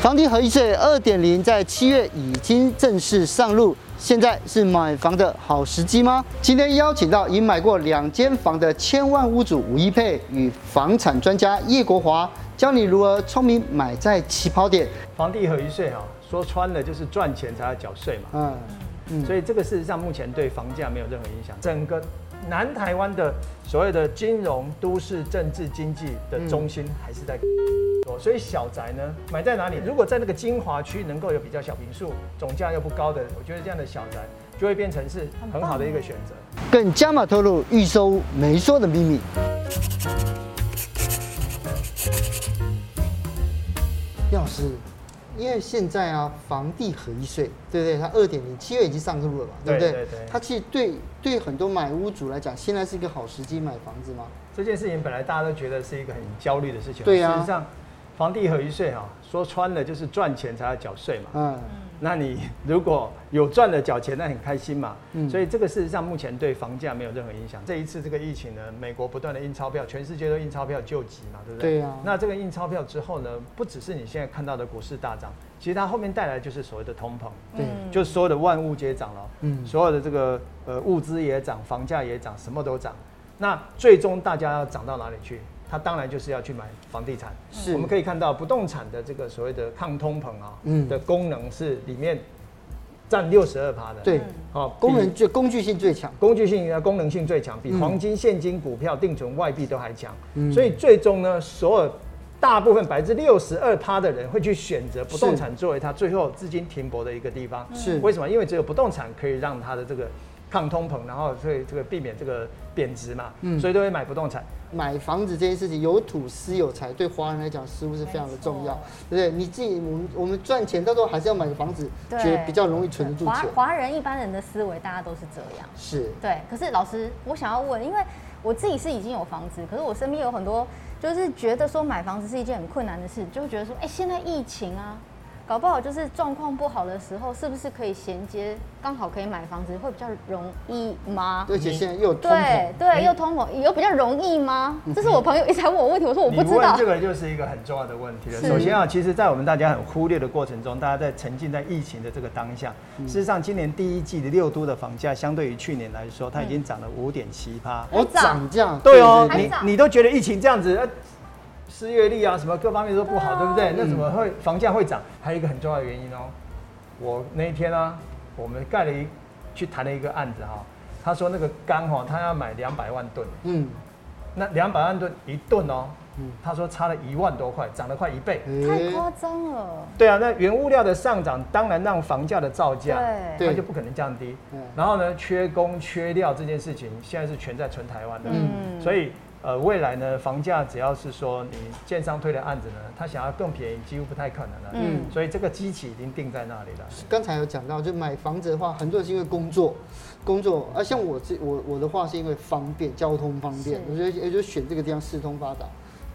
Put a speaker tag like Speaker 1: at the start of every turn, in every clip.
Speaker 1: 房地合一税二点零在七月已经正式上路，现在是买房的好时机吗？今天邀请到已买过两间房的千万屋主吴一佩与房产专家叶国华，教你如何聪明买在起跑点。
Speaker 2: 房地合一税哈、说穿了就是赚钱才要缴税嘛，
Speaker 1: 嗯，嗯
Speaker 2: 所以这个事实上目前对房价没有任何影响。整个南台湾的所谓的金融、都市、政治、经济的中心还是在、
Speaker 1: 嗯
Speaker 2: 所以小宅呢买在哪里？如果在那个精华区能够有比较小平数、总价又不高的，我觉得这样的小宅就会变成是很好的一个选择。
Speaker 1: 更加码透露预售屋没说的秘密。廖老师，因为现在啊，房地合一税，对不对？它二点零七月已经上路了嘛，对不对？
Speaker 2: 对对对
Speaker 1: 它其实对对很多买屋主来讲，现在是一个好时机买房子嘛。
Speaker 2: 这件事情本来大家都觉得是一个很焦虑的事情，
Speaker 1: 对啊
Speaker 2: 事实上，房地合一税哈、说穿了就是赚钱才要缴税嘛。
Speaker 1: 嗯，
Speaker 2: 那你 如果有赚了缴钱，那很开心嘛。
Speaker 1: 嗯
Speaker 2: 所以这个事实上目前对房价没有任何影响。这一次这个疫情呢，美国不断的印钞票，全世界都印钞票救急嘛，对不对？
Speaker 1: 对啊
Speaker 2: 那这个印钞票之后呢，不只是你现在看到的股市大涨，其实它后面带来就是所谓的通膨。
Speaker 1: 对
Speaker 2: 就所有的万物皆涨了，
Speaker 1: 嗯
Speaker 2: 嗯，所有的这个呃物资也涨，房价也涨，什么都涨。那最终大家要涨到哪里去？他当然就是要去买房地产。
Speaker 1: 是
Speaker 2: 我们可以看到不动产的这个所谓的抗通膨啊，
Speaker 1: 嗯
Speaker 2: 的功能是里面占六十二趴的，
Speaker 1: 对，
Speaker 2: 哦，
Speaker 1: 功
Speaker 2: 比
Speaker 1: 能最工具性最强。
Speaker 2: 工具性呃功能性最强，比
Speaker 1: 嗯
Speaker 2: 黄金、现金、股票、定存、外币都还强。
Speaker 1: 嗯
Speaker 2: 所以最终呢，所有大部分百分之六十二趴的人会去选择不动产作为他最后资金停泊的一个地方。
Speaker 1: 是
Speaker 2: 为什么？因为只有不动产可以让他的这个抗通膨，然后所以这个避免这个贬值嘛，
Speaker 1: 嗯
Speaker 2: 所以都会买不动产。
Speaker 1: 买房子这件事情，有土私有财，对华人来讲似乎是非常的重要
Speaker 3: 没，
Speaker 1: 对不对？你自己，我们我们赚钱，到时候还是要买个房子，
Speaker 3: 对
Speaker 1: 觉得比较容易存得住
Speaker 3: 华
Speaker 1: 钱。
Speaker 3: 华人一般人的思维，大家都是这样。
Speaker 1: 是，
Speaker 3: 对，可是老师，我想要问，因为我自己是已经有房子，可是我身边有很多就是觉得说买房子是一件很困难的事，就会觉得说，哎、现在疫情啊，搞不好就是状况不好的时候，是不是可以衔接，刚好可以买房子，会比较容易吗？
Speaker 1: 而且现在又有通膨
Speaker 3: 对，对，又通膨，哎有比较容易吗？这是我朋友一直在问我问题，我说我
Speaker 2: 你
Speaker 3: 不知
Speaker 2: 问
Speaker 3: 道
Speaker 2: 这。个就是一个很重要的问题了。
Speaker 3: 是
Speaker 2: 首先啊，其实，在我们大家很忽略的过程中，大家在沉浸在疫情的这个当下，
Speaker 3: 嗯
Speaker 2: 事实上，今年第一季的六都的房价，相对于去年来说，它已经涨了五点七趴。
Speaker 1: 我
Speaker 3: 还涨
Speaker 1: 涨价，
Speaker 2: 对哦，
Speaker 3: 嗯还涨
Speaker 2: 你你都觉得疫情这样子，呃失业率啊什么各方面都不好，
Speaker 3: 对啊
Speaker 2: 对不对？那怎么会房价会涨？还有一个很重要的原因哦，我那一天啊，我们盖了一去谈了一个案子哈、他说那个钢哈、他要买两百万吨，
Speaker 1: 嗯，
Speaker 2: 那两百万吨一吨哦
Speaker 1: 嗯，
Speaker 2: 他说差了一万多块，涨了快一倍。
Speaker 3: 太
Speaker 1: 诶
Speaker 3: 夸张了，
Speaker 2: 对啊，那原物料的上涨当然让房价的造价，
Speaker 3: 对
Speaker 2: 它就不可能降低
Speaker 1: 对。
Speaker 2: 然后呢，缺工缺料这件事情现在是全在全台湾的，
Speaker 3: 嗯
Speaker 2: 所以呃，未来呢，房价只要是说你建商推的案子呢，他想要更便宜，几乎不太可能了。
Speaker 3: 嗯
Speaker 2: 所以这个机器已经定在那里了。
Speaker 1: 刚才有讲到，就买房子的话，很多人是因为工作，工作，而、像我这我我的话是因为方便，交通方便，
Speaker 3: 是
Speaker 1: 我觉得也就选这个地方四通八达。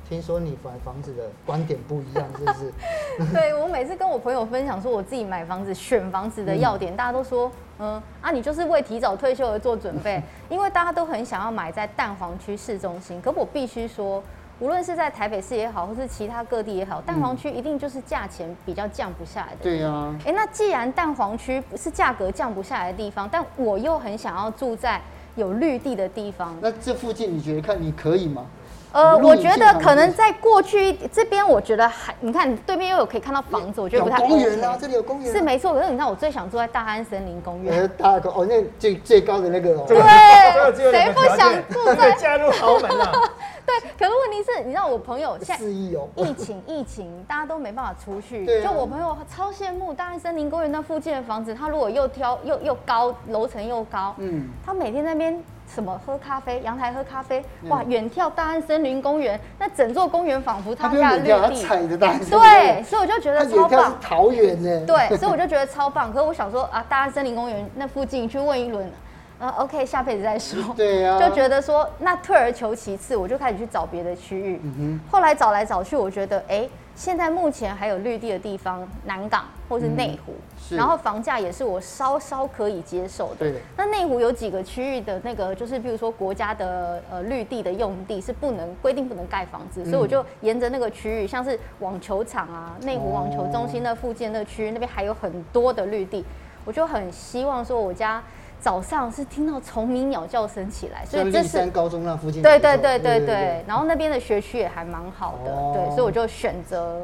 Speaker 1: 听说你买房子的观点不一样，是不 是？
Speaker 3: 对我每次跟我朋友分享说我自己买房子、选房子的要点，大家都说，嗯啊，你就是为提早退休而做准 备，因为大家都很想要买在蛋黄区市中心。可我必须说，无论是在台北市也好，或是其他各地也好，蛋黄区一定就是价钱比较降不下来的。
Speaker 1: 嗯对呀、啊
Speaker 3: 哎、那既然蛋黄区不是价格降不下来的地方，但我又很想要住在有绿地的地方，
Speaker 1: 那这附近你觉得看你可以吗？
Speaker 3: 呃，
Speaker 1: 路
Speaker 3: 我
Speaker 1: 你
Speaker 3: 觉
Speaker 1: 现
Speaker 3: 得
Speaker 1: 场
Speaker 3: 可
Speaker 1: 的
Speaker 3: 能在过去这边，我觉得还你看对面又有可以看到房子，我觉得
Speaker 1: 有
Speaker 3: 不太
Speaker 1: 公园
Speaker 3: OK
Speaker 1: 啊，这里有公园、
Speaker 3: 是没错，可是你看，我最想住在大安森林公园。
Speaker 1: 呃，大哥，哦，那最最高的那个楼，哦
Speaker 2: 这个
Speaker 3: 啊
Speaker 2: 这个只有两
Speaker 3: 谁
Speaker 2: 个
Speaker 3: 不
Speaker 2: 条
Speaker 3: 想
Speaker 2: 件
Speaker 3: 住 在
Speaker 2: 嫁入豪门啊？
Speaker 3: 对，可是问题是，你知道我朋友现在
Speaker 1: 四亿哦，
Speaker 3: 疫情，疫情大家都没办法出去。
Speaker 1: 对啊
Speaker 3: 就我朋友超羡慕大安森林公园那附近的房子，他如果又挑又又高，楼层又高，
Speaker 1: 嗯，
Speaker 3: 他每天在那边什么喝咖啡，阳台喝咖啡，
Speaker 1: 嗯
Speaker 3: 哇，远眺大安森林公园，那整座公园仿佛
Speaker 1: 他
Speaker 3: 他
Speaker 1: 不
Speaker 3: 家
Speaker 1: 用
Speaker 3: 的
Speaker 1: 你
Speaker 3: 绿
Speaker 1: 掉，他
Speaker 3: 地。
Speaker 1: 踩着大山，
Speaker 3: 对，所以我就觉
Speaker 1: 他
Speaker 3: 得
Speaker 1: 远
Speaker 3: 超
Speaker 1: 眺是
Speaker 3: 棒。
Speaker 1: 桃园呢，
Speaker 3: 对，所以我就觉得超棒。可是我想说啊，大安森林公园那附近去问一轮，呃，OK，下辈子再说。
Speaker 1: 对啊呀、
Speaker 3: 就觉得说，那退而求其次，我就开始去找别的区域。
Speaker 1: 嗯
Speaker 3: 后来找来找去，我觉得，哎、现在目前还有绿地的地方，南港或是内湖，
Speaker 1: 嗯是
Speaker 3: 然后房价也是我稍稍可以接受的。
Speaker 1: 对
Speaker 3: 那内湖有几个区域的那个，就是比如说国家的呃绿地的用地是不能规定不能盖房
Speaker 1: 嗯
Speaker 3: 子，所以我就沿着那个区域，像是网球场啊、内湖网球中心那附近那区域，那边还有很多的绿地，我就很希望说我家。早上是听到虫鸣鸟叫声起来，所
Speaker 1: 像
Speaker 3: 以这
Speaker 1: 立
Speaker 3: 是
Speaker 1: 山高中那附近
Speaker 3: 对
Speaker 1: 也有，
Speaker 3: 对对对对，然后那边的学区也还蛮好的，
Speaker 1: 哦
Speaker 3: 对，所以我就选择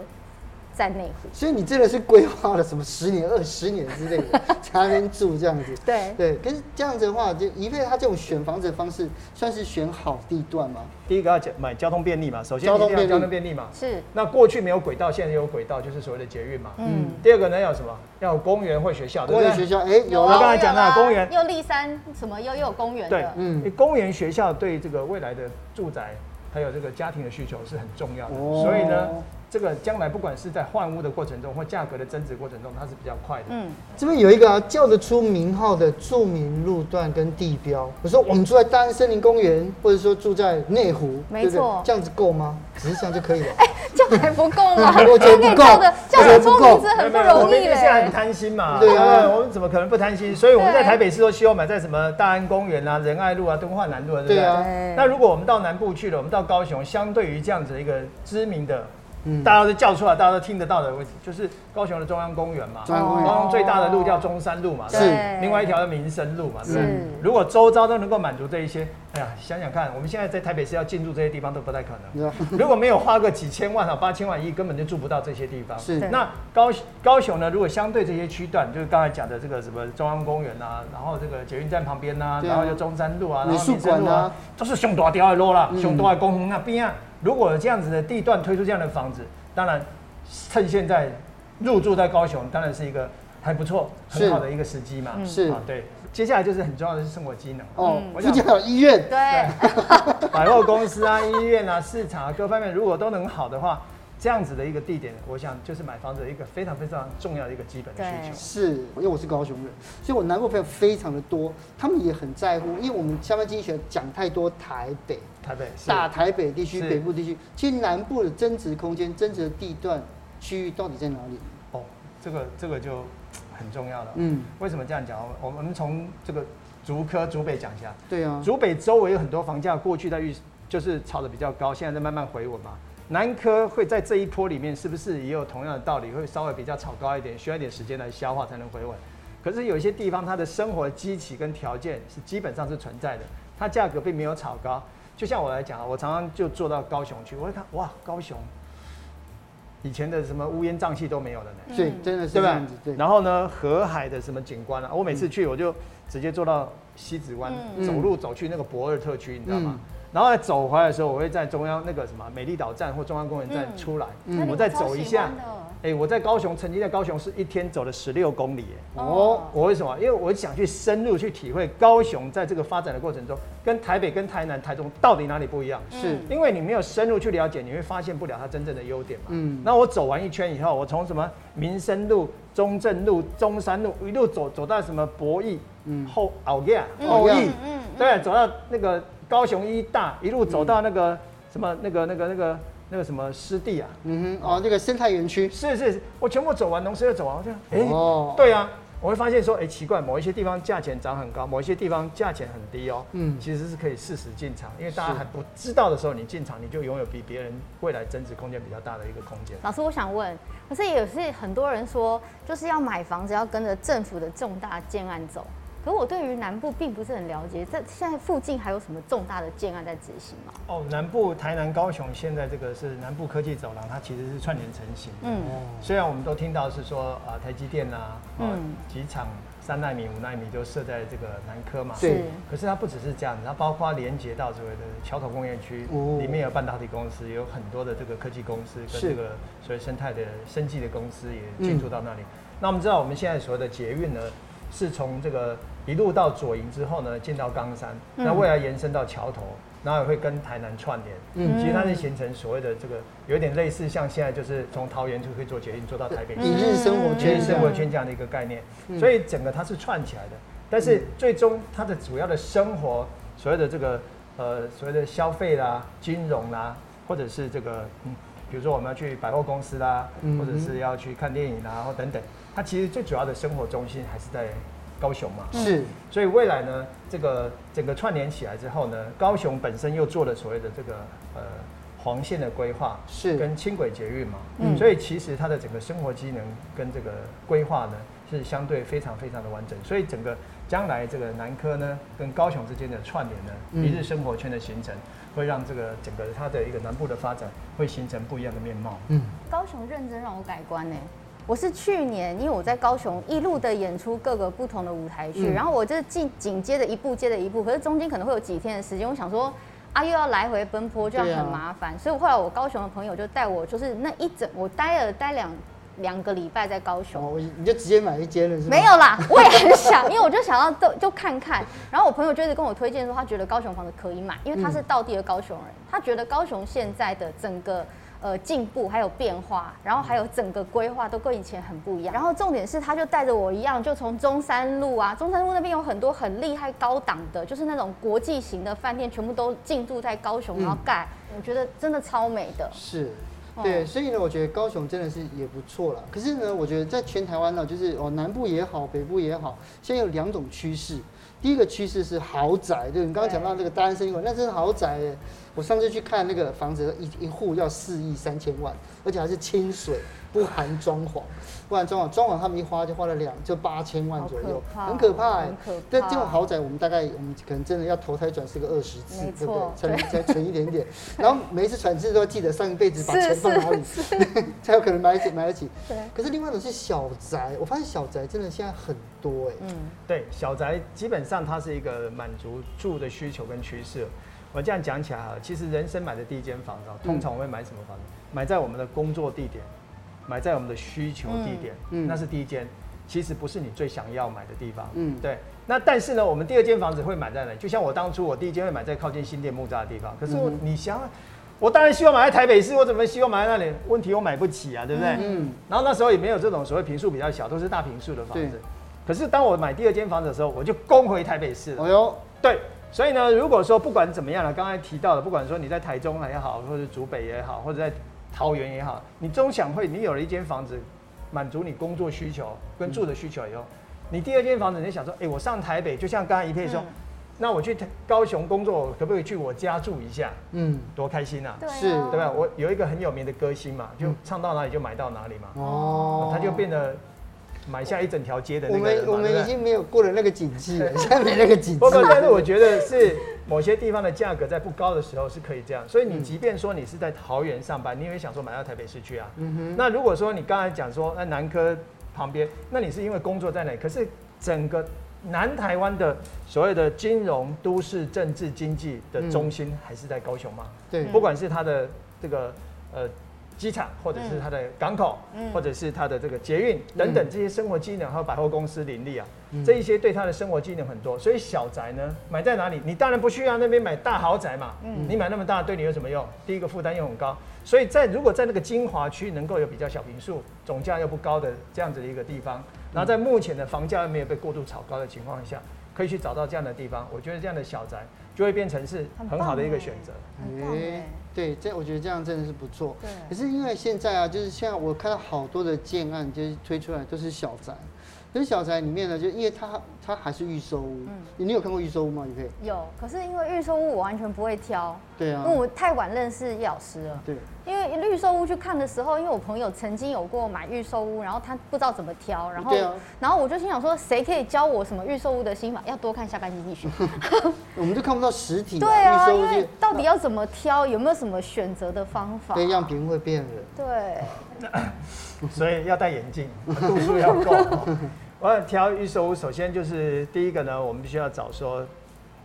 Speaker 3: 在内湖。
Speaker 1: 所以你真的是规划了什么十年、二十年之类 的，在那边住这样子。
Speaker 3: 对
Speaker 1: 对，可是这样子的话，就一配他这种选房子的方式，算是选好地段吗？
Speaker 2: 第一个要讲买交通便利嘛，首先
Speaker 1: 交
Speaker 2: 一
Speaker 1: 通
Speaker 2: 定要
Speaker 1: 便利
Speaker 2: 交通便利嘛。
Speaker 3: 是，
Speaker 2: 那过去没有轨道，现在有轨道，就是所谓的捷运嘛。
Speaker 3: 嗯，
Speaker 2: 第二个呢，要有什么？要有公园或学校，对
Speaker 1: 公
Speaker 2: 不
Speaker 1: 立学
Speaker 2: 对？
Speaker 1: 校，哎，有
Speaker 2: 啊
Speaker 1: 了
Speaker 2: 刚，才讲的
Speaker 3: 有啊
Speaker 2: 公园
Speaker 3: 又立山什么又又有公园
Speaker 2: 对
Speaker 3: 的，，
Speaker 1: 嗯
Speaker 2: 嗯，公园学校对这个未来的住宅还有这个家庭的需求是很重要的，
Speaker 1: 哦
Speaker 2: 所以呢，这个将来不管是在换屋的过程中或价格的增值过程中，它是比较快的。
Speaker 3: 嗯，
Speaker 1: 这边有一个啊，叫得出名号的著名路段跟地标。我说我们住在大安森林公园，或者说住在内湖，
Speaker 3: 没
Speaker 1: 对不对
Speaker 3: 错哎
Speaker 1: 这样子够吗？只是这样就可以 了。？
Speaker 3: 这样还不够 吗
Speaker 1: 我觉得不
Speaker 3: 可以
Speaker 1: 够
Speaker 3: 叫的叫
Speaker 1: 我觉得
Speaker 3: 的
Speaker 1: 不
Speaker 3: 出
Speaker 1: 够
Speaker 3: 名字很不
Speaker 2: 没有
Speaker 3: 容
Speaker 2: 我们
Speaker 3: 易
Speaker 2: 现在很
Speaker 3: 嘞。
Speaker 2: 贪心嘛，
Speaker 1: 对
Speaker 2: 对
Speaker 1: 啊
Speaker 2: 啊，我们怎么可能不贪心？所以我们在
Speaker 3: 对
Speaker 2: 台北市都希望买在什么大安公园啊、仁爱路啊、敦化南路啊，对不
Speaker 1: 对
Speaker 2: 对？
Speaker 1: 啊
Speaker 3: 对
Speaker 2: 那如果我们到南部去了，我们到高雄，相对于这样子一个知名的，
Speaker 1: 嗯
Speaker 2: 大家都叫出来，大家都听得到的问题，就是高雄的中央公园嘛，
Speaker 1: 中央公园
Speaker 2: 高雄最大的路叫中山路嘛，
Speaker 1: 是
Speaker 2: 对不对另外一条叫民生路嘛，对不对
Speaker 3: 是
Speaker 2: 如果周遭都能够满足这一些，哎呀，想想看，我们现在在台北市要进驻这些地方都不太可能。
Speaker 1: 你知道吗
Speaker 2: 如果没有花个几千万啊、八千万亿，根本就住不到这些地方。
Speaker 1: 是
Speaker 3: 对
Speaker 2: 那高高雄呢？如果相对这些区段，就是刚才讲的这个什么中央公园啊，然后这个捷运站旁边啊，
Speaker 1: 对啊
Speaker 2: 然后就中山路啊，然
Speaker 1: 美
Speaker 2: 后
Speaker 1: 术
Speaker 2: 民生路
Speaker 1: 馆啊
Speaker 2: 啊，都是熊大雕的路啦
Speaker 1: 嗯，
Speaker 2: 熊大的公园那边啊。如果有这样子的地段推出这样的房子，当然趁现在入住在高雄，当然是一个还不错、
Speaker 1: 是
Speaker 2: 很好的一个时机嘛。
Speaker 3: 嗯
Speaker 1: 是
Speaker 2: 啊，对。接下来就是很重要的是生活机能。
Speaker 1: 哦，
Speaker 2: 我
Speaker 1: 附
Speaker 2: 想
Speaker 1: 近还有医院，
Speaker 3: 对，
Speaker 2: 百货公司啊、医院啊、市场啊各方面，如果都能好的话，这样子的一个地点，我想就是买房子的一个非常非常重要的一个基本的需
Speaker 3: 对
Speaker 2: 求。
Speaker 1: 是因为我是高雄人，所以我南部朋友非常的多，他们也很在乎，因为我们下半经济学讲太多台北、
Speaker 2: 台北是
Speaker 1: 大台北地区、
Speaker 2: 是
Speaker 1: 北部地区，其实南部的增值空间、增值的地段区域到底在哪里？
Speaker 2: 哦，这个这个就很重要了。
Speaker 1: 嗯，
Speaker 2: 为什么这样讲？我们我们从这个竹科竹北讲一下，
Speaker 1: 对啊，
Speaker 2: 竹北周围有很多房价过去在预就是炒得比较高，现在在慢慢回稳嘛。南科会在这一波里面，是不是也有同样的道理，会稍微比较炒高一点，需要一点时间来消化才能回稳？可是有一些地方，它的生活基期跟条件是基本上是存在的，它价格并没有炒高。就像我来讲啊，我常常就坐到高雄去，我会看哇，高雄以前的什么乌烟瘴气都没有了呢。
Speaker 1: 对，
Speaker 3: 嗯
Speaker 1: 真的是这
Speaker 2: 对吧
Speaker 1: 样子，？对，
Speaker 2: 然后呢，河海的什么景观啊，我每次去我就直接坐到西子湾，
Speaker 1: 嗯
Speaker 2: 走路走去那个博尔特区，你知道吗？
Speaker 1: 嗯
Speaker 2: 然后再走回来的时候，我会在中央那个什么美丽岛站或中央公园站
Speaker 3: 嗯
Speaker 2: 出来，
Speaker 1: 嗯
Speaker 3: 那里
Speaker 2: 我再走一下
Speaker 3: 超喜欢的
Speaker 2: 哎、我在高雄曾经在高雄市一天走了十六公里耶。
Speaker 1: 哦
Speaker 3: 哦，
Speaker 2: 我为什么？因为我想去深入去体会高雄在这个发展的过程中，跟台北、跟台南、台中到底哪里不一样？
Speaker 1: 是
Speaker 2: 因为你没有深入去了解，你会发现不了它真正的优点嘛。
Speaker 1: 嗯
Speaker 2: 嗯，那我走完一圈以后，我从什么民生路、中正路、中山路一路走走到什么博弈、
Speaker 1: 嗯
Speaker 2: 后熬夜、
Speaker 1: 嗯
Speaker 2: 后
Speaker 1: 后
Speaker 2: 裔
Speaker 1: 裔，
Speaker 3: 嗯
Speaker 2: 对，走到那个高雄一大，一路走到那个什么那个那个那个那个什么湿地啊，
Speaker 1: 嗯哼，哦，那个生态园区，
Speaker 2: 是是，我全部走完，农事又走完，我就哎、
Speaker 1: 哦
Speaker 2: 对啊，我会发现说，哎、奇怪，某一些地方价钱涨很高，某一些地方价钱很低哦。
Speaker 1: 嗯
Speaker 2: 嗯，其实是可以适时进场，因为大家
Speaker 1: 是
Speaker 2: 还不知道的时候，你进场，你就拥有比别人未来增值空间比较大的一个空间。
Speaker 3: 老师，我想问，可是也是很多人说，就是要买房子要跟着政府的重大建案走。可我对于南部并不是很了解，这现在附近还有什么重大的建案在执行吗？
Speaker 2: 哦，南部台南、高雄现在这个是南部科技走廊，它其实是串联成型。嗯，
Speaker 3: 嗯，
Speaker 1: 哦，
Speaker 2: 虽然我们都听到是说啊、台积电啊，啊
Speaker 3: 嗯
Speaker 2: 几场三纳米、五纳米都设在这个南科嘛。
Speaker 1: 是
Speaker 3: 是，
Speaker 2: 可是它不只是这样子，它包括连接到所谓的桥头工业区，
Speaker 1: 哦
Speaker 2: 里面有半导体公司，有很多的这个科技公司跟
Speaker 1: 是
Speaker 2: 这个所谓生态的生技的公司也进驻到那里。那我们知道，我们现在所谓的捷运呢，是从这个一路到左营之后呢，进到冈山，
Speaker 3: 嗯
Speaker 2: 那未来延伸到桥头，然后也会跟台南串联。
Speaker 1: 嗯
Speaker 2: 嗯，其实它是形成所谓的这个有点类似像现在就是从桃园就可以坐捷运坐到台北市。
Speaker 1: 一日生活
Speaker 2: 全
Speaker 1: 圈，
Speaker 2: 生活圈这样的一个概念，所以整个它是串起来的。但是最终它的主要的生活，所谓的这个呃所谓的消费啦、金融啦，或者是这个嗯比如说我们要去百货公司啦，
Speaker 1: 嗯
Speaker 2: 或者是要去看电影啦，或等等，它其实最主要的生活中心还是在高雄嘛。
Speaker 1: 是
Speaker 2: 所以未来呢，这个整个串联起来之后呢，高雄本身又做了所谓的这个呃黄线的规划，
Speaker 1: 是
Speaker 2: 跟轻轨捷运嘛，
Speaker 1: 嗯
Speaker 2: 所以其实它的整个生活机能跟这个规划呢是相对非常非常的完整，所以整个将来这个南科呢跟高雄之间的串联呢，
Speaker 1: 嗯
Speaker 2: 一日生活圈的形成，会让这个整个它的一个南部的发展会形成不一样的面貌。
Speaker 1: 嗯，
Speaker 3: 高雄认真让我改观呢、我是去年，因为我在高雄一路的演出各个不同的舞台剧，
Speaker 1: 嗯
Speaker 3: 然后我这紧紧接着一步接着一步，可是中间可能会有几天的时间，我想说啊又要来回奔波，这样
Speaker 1: 对啊
Speaker 3: 很麻烦，所以后来我高雄的朋友就带我，就是那一整我待了待两两个礼拜在高雄，
Speaker 1: 哦，你就直接买一间了是吗？
Speaker 3: 没有啦，我也很想，因为我就想要都就看看。然后我朋友就一直跟我推荐说，他觉得高雄房子可以买，因为他是道地的高雄人，他觉得高雄现在的整个。呃，进步还有变化，然后还有整个规划都跟以前很不一样。然后重点是，他就带着我一样，就从中山路啊，中山路那边有很多很厉害高档的，就是那种国际型的饭店，全部都进驻在高雄，然后盖，我觉得真的超美的。
Speaker 1: 是。
Speaker 3: 哦
Speaker 1: 对，所以呢，我觉得高雄真的是也不错了。可是呢，我觉得在全台湾呢，就是哦，南部也好，北部也好，现在有两种趋势。第一个趋势是豪宅，对你刚刚讲到那个大安森林馆，那真是豪宅耶。我上次去看那个房子，一一户要四亿三千万，而且还是清水，不含装潢，不含装潢，装潢他们一花就花了两就八千万左右，
Speaker 3: 好
Speaker 1: 很
Speaker 3: 可
Speaker 1: 可
Speaker 3: 怕
Speaker 1: 怕
Speaker 3: 哦
Speaker 1: 哎
Speaker 3: 很可怕。
Speaker 1: 但这种豪宅，我们大概我们可能真的要投胎转世个二十次
Speaker 3: 没，
Speaker 1: 对不对
Speaker 3: 错？
Speaker 1: 才
Speaker 3: 对
Speaker 1: 能才存一点 点。然后每一次转世都要记得上一辈子把钱
Speaker 3: 是
Speaker 1: 放哪里， 才有可能买得起买得起。
Speaker 3: 对，
Speaker 1: 可是另外一种是小宅，我发现小宅真的现在很多哎、
Speaker 3: 嗯，
Speaker 2: 对，小宅基本上它是一个满足住的需求跟趋势。我这样讲起来哈，其实人生买的第一间房子啊，通常我会买什么房子？买在我们的工作地点，买在我们的需求地点，
Speaker 1: 嗯嗯
Speaker 2: 那是第一间。其实不是你最想要买的地方，
Speaker 1: 嗯
Speaker 2: 嗯，对。那但是呢，我们第二间房子会买在哪里？就像我当初我第一间会买在靠近新店木栅的地方，可是我、
Speaker 1: 嗯
Speaker 2: 你想，啊我当然希望买在台北市，我怎么希望买在那里？问题我买不起啊，对不对？
Speaker 1: 嗯，
Speaker 2: 然后那时候也没有这种所谓平数比较小，都是大平数的房
Speaker 1: 对
Speaker 2: 子。可是当我买第二间房子的时候，我就攻回台北市了。
Speaker 1: 哎呦，
Speaker 2: 对，所以呢，如果说不管怎么样了，刚才提到的，不管说你在台中也好，或者竹北也好，或者在桃园也好，你中享会你有了一间房子，满足你工作需求跟住的需求
Speaker 1: 嗯
Speaker 2: 以后，你第二间房子你就想说，哎、我上台北，就像刚才一佩说，
Speaker 3: 嗯
Speaker 2: 那我去高雄工作，我可不可以去我家住一下？
Speaker 1: 嗯，
Speaker 2: 多开心啊！
Speaker 3: 对啊，
Speaker 1: 是对
Speaker 2: 对吧？我有一个很有名的歌星嘛，就唱到哪里就买到哪里嘛。
Speaker 1: 哦，
Speaker 2: 他就变得买下一整条街的
Speaker 1: 我
Speaker 2: 那个人
Speaker 1: 们
Speaker 2: 嘛
Speaker 1: 我
Speaker 2: 对
Speaker 1: 们
Speaker 2: 不
Speaker 1: 已
Speaker 2: 对
Speaker 1: 经没有过了那个景气了，现在没那个景气
Speaker 2: 不
Speaker 1: 了。
Speaker 2: 不，但是我觉得是某些地方的价格在不高的时候是可以这样，所以你即便说你是在桃园上班，你也会想说买到台北市去啊。
Speaker 1: 嗯
Speaker 3: 嗯
Speaker 2: 那如果说你刚才讲说那南科旁边，那你是因为工作在那里，可是整个南台湾的所谓的金融、都市、政治、经济的中心还是在高雄吗？
Speaker 3: 嗯
Speaker 1: 对，嗯
Speaker 2: 不管是它的这个呃机场，或者是它的港口，
Speaker 3: 嗯
Speaker 2: 或者是它的这个捷运等等这些生活机能，还有百货公司林立啊，
Speaker 1: 嗯
Speaker 2: 这一些对它的生活机能很多。所以小宅呢，买在哪里？你当然不需要那边买大豪宅嘛，
Speaker 3: 嗯
Speaker 2: 你买那么大对你有什么用？第一个负担又很高，所以在如果在那个精华区能够有比较小平数、总价又不高的这样子的一个地方，然后在目前的房价又没有被过度炒高的情况下。可以去找到这样的地方，我觉得这样的小宅就会变成是
Speaker 3: 很
Speaker 2: 很好的一个
Speaker 3: 棒哎
Speaker 2: 选择。
Speaker 3: 很棒哎，
Speaker 1: 对，这我觉得这样真的是不错。
Speaker 3: 对
Speaker 1: 可是因为现在啊，就是现在我看到好多的建案，就是推出来都是小宅，可是小宅里面呢，就因为它它还是预售屋，
Speaker 3: 嗯
Speaker 1: 你有看过预售屋吗？你可以，
Speaker 3: 有，可是因为预售屋我完全不会挑，
Speaker 1: 对啊
Speaker 3: 因，为我太晚认识叶老师了。
Speaker 1: 对，
Speaker 3: 因为预售屋去看的时候，因为我朋友曾经有过买预售屋，然后他不知道怎么挑，然后、
Speaker 1: 对啊
Speaker 3: 然后我就心想说，谁可以教我什么预售屋的心法？要多看下半季 地学。
Speaker 1: 我们就看不到实体、
Speaker 3: 对啊，
Speaker 1: 预售
Speaker 3: 因
Speaker 1: 屋
Speaker 3: 为
Speaker 1: 是
Speaker 3: 到底要怎么挑，有没有什么选择的方法？
Speaker 1: 对样品会变人。
Speaker 3: 对，哦
Speaker 2: 所以要戴眼镜，度数要够 哦。我要挑预售屋，首先就是第一个呢，我们必须要找说，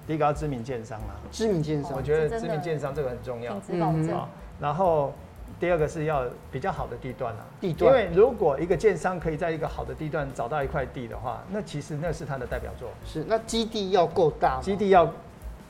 Speaker 2: 第一个要知名建商啦。
Speaker 1: 知名建商
Speaker 2: 我，觉
Speaker 3: 这真
Speaker 2: 得
Speaker 3: 的
Speaker 2: 知名建商这个很重要
Speaker 3: 品质保
Speaker 1: 嗯
Speaker 3: 证。
Speaker 2: 啊。然后第二个是要比较好的地段啊，
Speaker 1: 地段
Speaker 2: 因为如果一个建商可以在一个好的地段找到一块地的话，那其实那是他的代表作。
Speaker 1: 是那基地要够大吗，
Speaker 2: 基地要，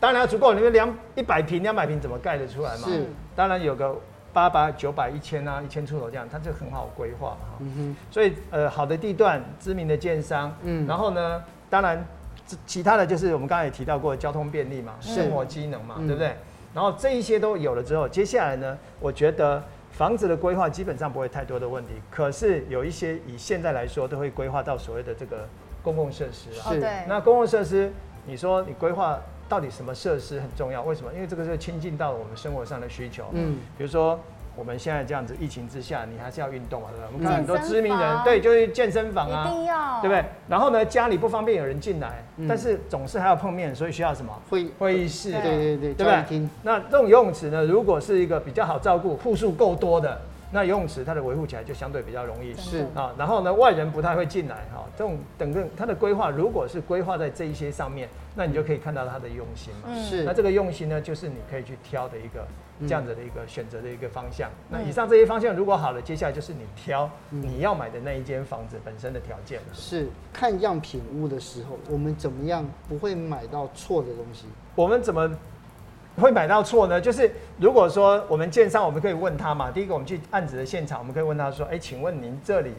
Speaker 2: 当然要足够，你们两一百平、两百平怎么盖得出来嘛？
Speaker 1: 是，
Speaker 2: 当然有个八百、九百、一千啊，一千出头这样，它就很好规划嘛。哈
Speaker 1: 嗯
Speaker 2: 所以呃，好的地段、知名的建商，
Speaker 1: 嗯
Speaker 2: 嗯，然后呢，当然这其他的就是我们刚才也提到过，交通便利嘛，
Speaker 1: 是
Speaker 2: 生活机能嘛，
Speaker 1: 嗯
Speaker 2: 对不对？然后这一些都有了之后，接下来呢，我觉得房子的规划基本上不会太多的问题，可是有一些以现在来说，都会规划到所谓的这个公共设施啊。
Speaker 3: 哦
Speaker 1: 是
Speaker 3: 对，
Speaker 2: 那公共设施，你说你规划到底什么设施很重要？为什么？因为这个是亲近到我们生活上的需求。
Speaker 1: 嗯，
Speaker 2: 比如说我们现在这样子疫情之下，你还是要运动嘛，啊对吧？我们看
Speaker 3: 健
Speaker 2: 很多
Speaker 3: 身
Speaker 2: 知名人，
Speaker 3: 房
Speaker 2: 对，就是健身房
Speaker 3: 一
Speaker 2: 啊，
Speaker 3: 定要，
Speaker 2: 对不对？然后呢，家里不方便有人进来，
Speaker 1: 嗯
Speaker 2: 但是总是还要碰面，所以需要什么？
Speaker 1: 会
Speaker 2: 会议室，
Speaker 1: 对对对，
Speaker 2: 对
Speaker 1: 教
Speaker 2: 不
Speaker 1: 练
Speaker 2: 对
Speaker 1: 厅？
Speaker 2: 那这种游泳池呢，如果是一个比较好照顾、户数够多的，那游泳池它的维护起来就相对比较容易。
Speaker 1: 是
Speaker 2: 啊，然后呢，外人不太会进来哈、这种等个它的规划，如果是规划在这一些上面，那你就可以看到它的用心嘛。
Speaker 3: 嗯
Speaker 1: 是
Speaker 2: 那这个用心呢，就是你可以去挑的一个这样子的一个选择的一个方向。那
Speaker 3: 嗯
Speaker 2: 以上这些方向如果好了，接下来就是你挑
Speaker 1: 嗯
Speaker 2: 你要买的那一间房子本身的条件了。
Speaker 1: 是看样品屋的时候，我们怎么样不会买到错的东西？
Speaker 2: 我们怎么会买到错呢？就是如果说我们建商，我们可以问他嘛。第一个，我们去案子的现场，我们可以问他说：“哎、请问您这里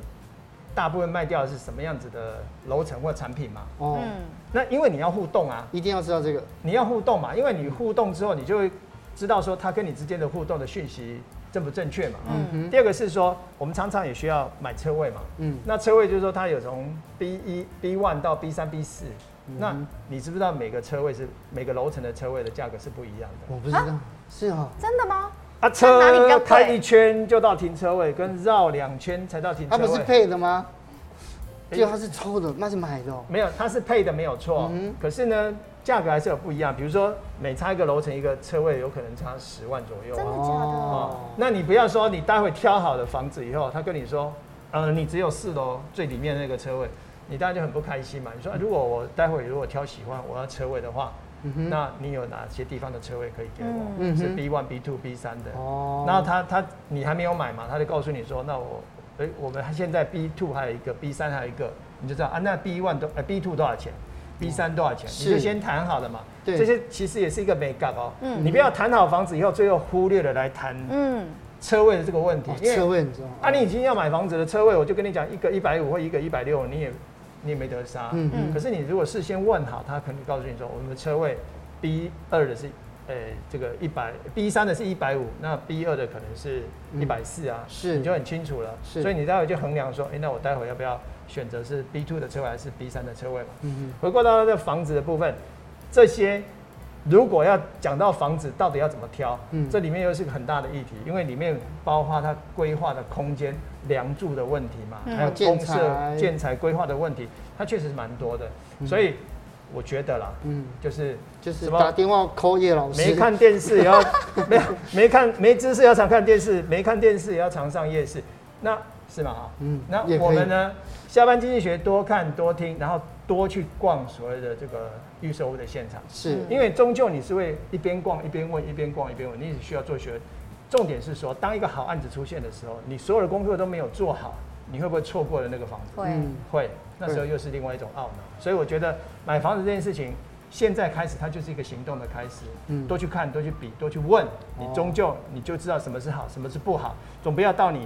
Speaker 2: 大部分卖掉的是什么样子的楼层或产品嘛
Speaker 1: 哦，
Speaker 3: 嗯，？”
Speaker 2: 那因为你要互动啊，
Speaker 1: 一定要知道这个。
Speaker 2: 你要互动嘛，因为你互动之后，你就会知道说他跟你之间的互动的讯息正不正确嘛。
Speaker 3: 嗯
Speaker 1: 嗯
Speaker 2: 第二个是说，我们常常也需要买车位嘛。
Speaker 1: 嗯，
Speaker 2: 那车位就是说，它有从 B 一、B one 到 B 三、B 四。
Speaker 1: 嗯
Speaker 2: 那你知不知道每个车位是每个楼层的车位的价格是不一样的？
Speaker 1: 我不知
Speaker 3: 啊
Speaker 1: 道，是哦哈。
Speaker 3: 真的吗？
Speaker 2: 啊，
Speaker 3: 哪里比
Speaker 2: 车
Speaker 3: 较贵
Speaker 2: 开一圈就到停车位，跟绕两圈才到停车
Speaker 1: 啊它不是
Speaker 2: 位。
Speaker 1: 配的吗？
Speaker 2: 哎
Speaker 1: 就它是抽的，那是买的哦。
Speaker 2: 没有，它是配的没有错
Speaker 1: 嗯，
Speaker 2: 可是呢，价格还是有不一样。比如说，每差一个楼层一个车位，有可能差十万左右
Speaker 3: 真
Speaker 2: 啊。
Speaker 3: 的假的
Speaker 2: 哦，那你不要说你待会挑好了房子以后，他跟你说，呃，你只有四楼最里面那个车位，你当然就很不开心嘛。你说，啊如果我待会如果挑喜欢我要车位的话，
Speaker 1: 嗯哼
Speaker 2: 那你有哪些地方的车位可以给我？
Speaker 1: 嗯
Speaker 2: 是
Speaker 1: 哼
Speaker 2: B one、B two、B 三的。
Speaker 1: 哦
Speaker 2: 然后他他你还没有买嘛，他就告诉你说，那我，哎、我们现在 B two 还有一个，B 三还有一个，你就知道啊，那 B one 多，呃，B two 多少钱？B 三多少钱？
Speaker 1: 哦是
Speaker 2: 你就先谈好了嘛。
Speaker 1: 对
Speaker 2: 这些其实也是一个美感哦。
Speaker 3: 嗯
Speaker 2: 你不要谈好房子以后，最后忽略了来谈
Speaker 3: 嗯，
Speaker 2: 车位的这个问题
Speaker 1: 哦，
Speaker 2: 因
Speaker 1: 车
Speaker 2: 为
Speaker 1: 位很重要。
Speaker 2: 啊，你已经要买房子的车位，我就跟你讲，一个一百五或一个一百六，你也你也没得杀。
Speaker 1: 嗯
Speaker 3: 嗯
Speaker 2: 可是你如果事先问好，他可能告诉你说，我们的车位 B 二的是，呃，这个一百 B 三的是一百五，那 B 二的可能是一百四啊，
Speaker 1: 嗯是
Speaker 2: 你就很清楚了。
Speaker 1: 是
Speaker 2: 所以你待会就衡量说，哎、那我待会要不要选择是 B two 的车位还是 B 三的车位嘛？
Speaker 1: 嗯
Speaker 2: 回过到这房子的部分，这些如果要讲到房子到底要怎么挑，
Speaker 1: 嗯
Speaker 2: 这里面又是个很大的议题，因为里面包括它规划的空间、梁柱的问题嘛，
Speaker 3: 嗯
Speaker 2: 还有
Speaker 1: 建
Speaker 2: 公
Speaker 1: 材
Speaker 2: 社建材规划的问题，它确实蛮多的，
Speaker 1: 嗯
Speaker 2: 所以我觉得啦，
Speaker 1: 嗯，
Speaker 2: 就是
Speaker 1: 就是
Speaker 2: 什么
Speaker 1: 打电话 call 叶老师。
Speaker 2: 没看电视也 要没有没看没知识要常看电视，没看电视也要常上夜市，那是吗？哈，
Speaker 1: 嗯
Speaker 2: 那
Speaker 1: 也可以
Speaker 2: 我们呢，下班经济学多看多听，然后多去逛所谓的这个预售屋的现场，
Speaker 1: 是
Speaker 2: 因为终究你是会一边逛一边问，一边逛一边问，你只需要做学。重点是说，当一个好案子出现的时候，你所有的功课都没有做好，你会不会错过了那个房子？
Speaker 3: 会，
Speaker 1: 嗯
Speaker 2: 会，那时候又是另外一种懊恼。所以我觉得买房子这件事情，现在开始它就是一个行动的开始。
Speaker 1: 嗯
Speaker 2: 多去看，多去比，多去问，你
Speaker 1: 哦
Speaker 2: 终究你就知道什么是好，什么是不好。总不要到你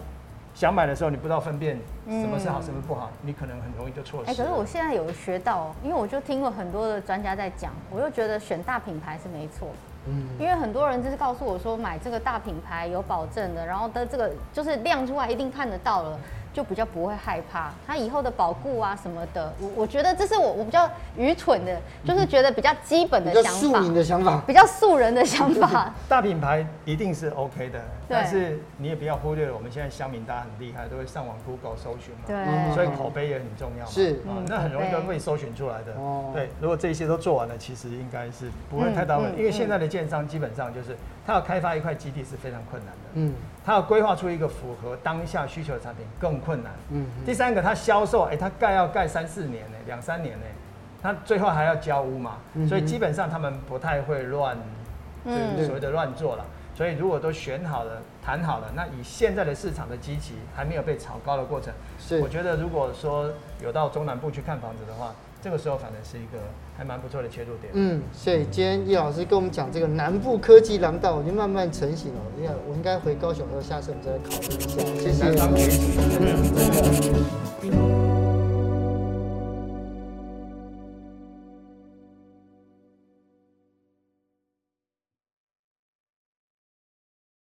Speaker 2: 想买的时候，你不知道分辨什么是
Speaker 1: 嗯
Speaker 2: 好，什么是不好，你可能很容易就错失了。
Speaker 3: 哎，可是
Speaker 1: 啊
Speaker 3: 我现在有学到，因为我就听过很多的专家在讲，我又觉得选大品牌是没错，
Speaker 1: 嗯
Speaker 3: 因为很多人就是告诉我说买这个大品牌有保证的，然后的这个就是亮出来一定看得到了，就比较不会害怕。它以后的保固啊什么的，我我觉得这是我我比较愚蠢的，就是觉得比较基本
Speaker 1: 比
Speaker 3: 的
Speaker 1: 较
Speaker 3: 想
Speaker 1: 庶
Speaker 3: 法，
Speaker 1: 民的想法。
Speaker 3: 比较素人的想 法。
Speaker 2: 大品牌一定是 OK 的，但是你也不要忽略了，我们现在乡民大家很厉害，都会上网 Google 搜寻嘛。
Speaker 3: 对，
Speaker 1: 嗯
Speaker 2: 所以口碑也很重要嘛，
Speaker 1: 是
Speaker 2: 啊
Speaker 3: 嗯，
Speaker 2: 那很容易
Speaker 3: 口
Speaker 2: 就
Speaker 3: 碑
Speaker 2: 被搜寻出来的
Speaker 1: 哦。
Speaker 2: 对，如果这些都做完了，其实应该是不会太大问
Speaker 3: 嗯
Speaker 2: 题，
Speaker 3: 嗯
Speaker 2: 因为现在的建商基本上就是他要开发一块基地是非常困难的，
Speaker 1: 嗯
Speaker 2: 他要规划出一个符合当下需求的产品更困难。
Speaker 1: 嗯
Speaker 2: 第三个，他销售，哎，他盖要盖三四年呢，两三年呢，他最后还要交屋嘛
Speaker 1: 嗯，哼
Speaker 2: 所以基本上他们不太会乱，
Speaker 3: 嗯
Speaker 2: 就是所谓的乱做了。所以如果都选好了、谈好了，那以现在的市场的基期还没有被炒高的过程，
Speaker 1: 是
Speaker 2: 我觉得如果说有到中南部去看房子的话，这个时候反正是一个还蛮不错的切入点。
Speaker 1: 嗯，所以今天叶老师跟我们讲这个南部科技廊道已经慢慢成型了。我应该我应该回高雄以后，下次我们再来考虑一下。谢
Speaker 2: 南方
Speaker 1: 谢。
Speaker 2: 区，嗯，真的。